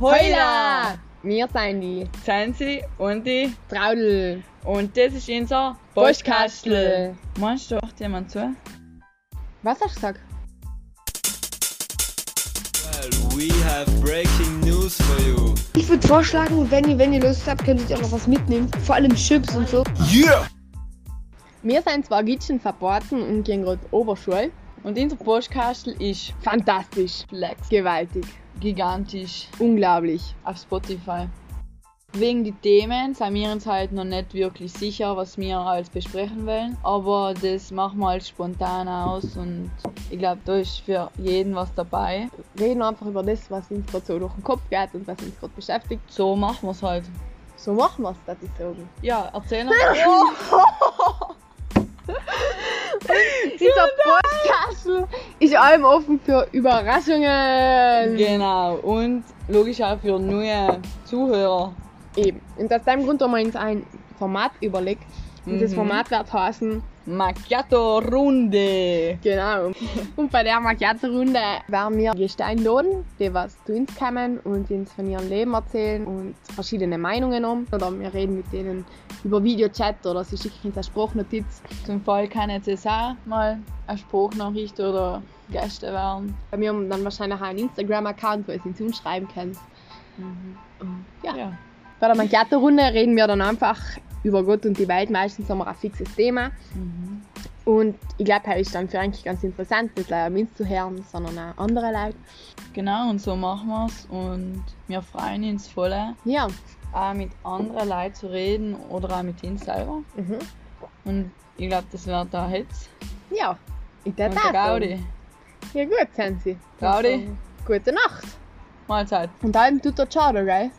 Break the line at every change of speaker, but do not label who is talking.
Heuler!
Wir sind die
Seien sie und die.
Traudel.
Und das ist unser
Postkastl.
Meinst du, hört jemand zu?
Was hast du gesagt?
Well, we have breaking news for you.
Ich würde vorschlagen, wenn ihr, wenn ihr Lust habt, könntet ihr auch noch was mitnehmen. Vor allem Chips und so.
Yeah!
Wir sind zwar Gitschen verboten und gehen gerade Oberschule.
Und unser Postkastel ist
Fantastisch.
flex,
Gewaltig.
gigantisch
Unglaublich.
auf Spotify. Wegen die Themen sind wir uns halt noch nicht wirklich sicher, was wir alles besprechen wollen. Aber das machen wir halt spontan aus und ich glaube, da ist für jeden was dabei.
Reden einfach über das, was uns gerade so durch den Kopf geht und was uns gerade beschäftigt.
So machen wir es halt.
So machen wir es, das ich sagen.
Ja, erzähl noch.
Dieser Postkastel ist allem offen für Überraschungen.
genau, und logisch auch für neue Zuhörer.
Eben. Und aus dem Grund haben wir uns ein Format überlegt. Und das
Mhm.
Format wird heißen,
Macchiato-Runde.
genau. Und bei der Macchiato-Runde werden wir Gestein laden, die was zu uns kommen und uns von ihrem Leben erzählen und verschiedene Meinungen um. Oder wir reden mit denen über Videochat oder sie schicken uns eine Spruchnotiz.
Zum Fall kann jetzt es auch mal eine Spruchnachricht oder Gäste werden.
Wir haben dann wahrscheinlich auch einen Instagram-Account, wo ihr uns hinschreiben könnt. Und ja.
Ja.
Bei der Macchiato-Runde reden wir dann einfach über Gott und die Welt. Meistens haben wir ein fixes Thema.
Mhm.
Und ich glaube, heute ist dann für eigentlich ganz interessant, nicht leider mich zu hören, sondern auch andere Leute.
Genau, und so machen wir es. Und wir freuen uns voll,
Ja.
auch mit anderen Leuten zu reden oder auch mit uns selber.
Mhm.
Und ich glaube, das wird der Hitz.
Ja. Ich
Und
darf
der
auch.
Gaudi.
sagen. Ja, gut, sind sie.
Gaudi,
Gute Nacht.
Mahlzeit.
Und dann tut der Ciao, gell?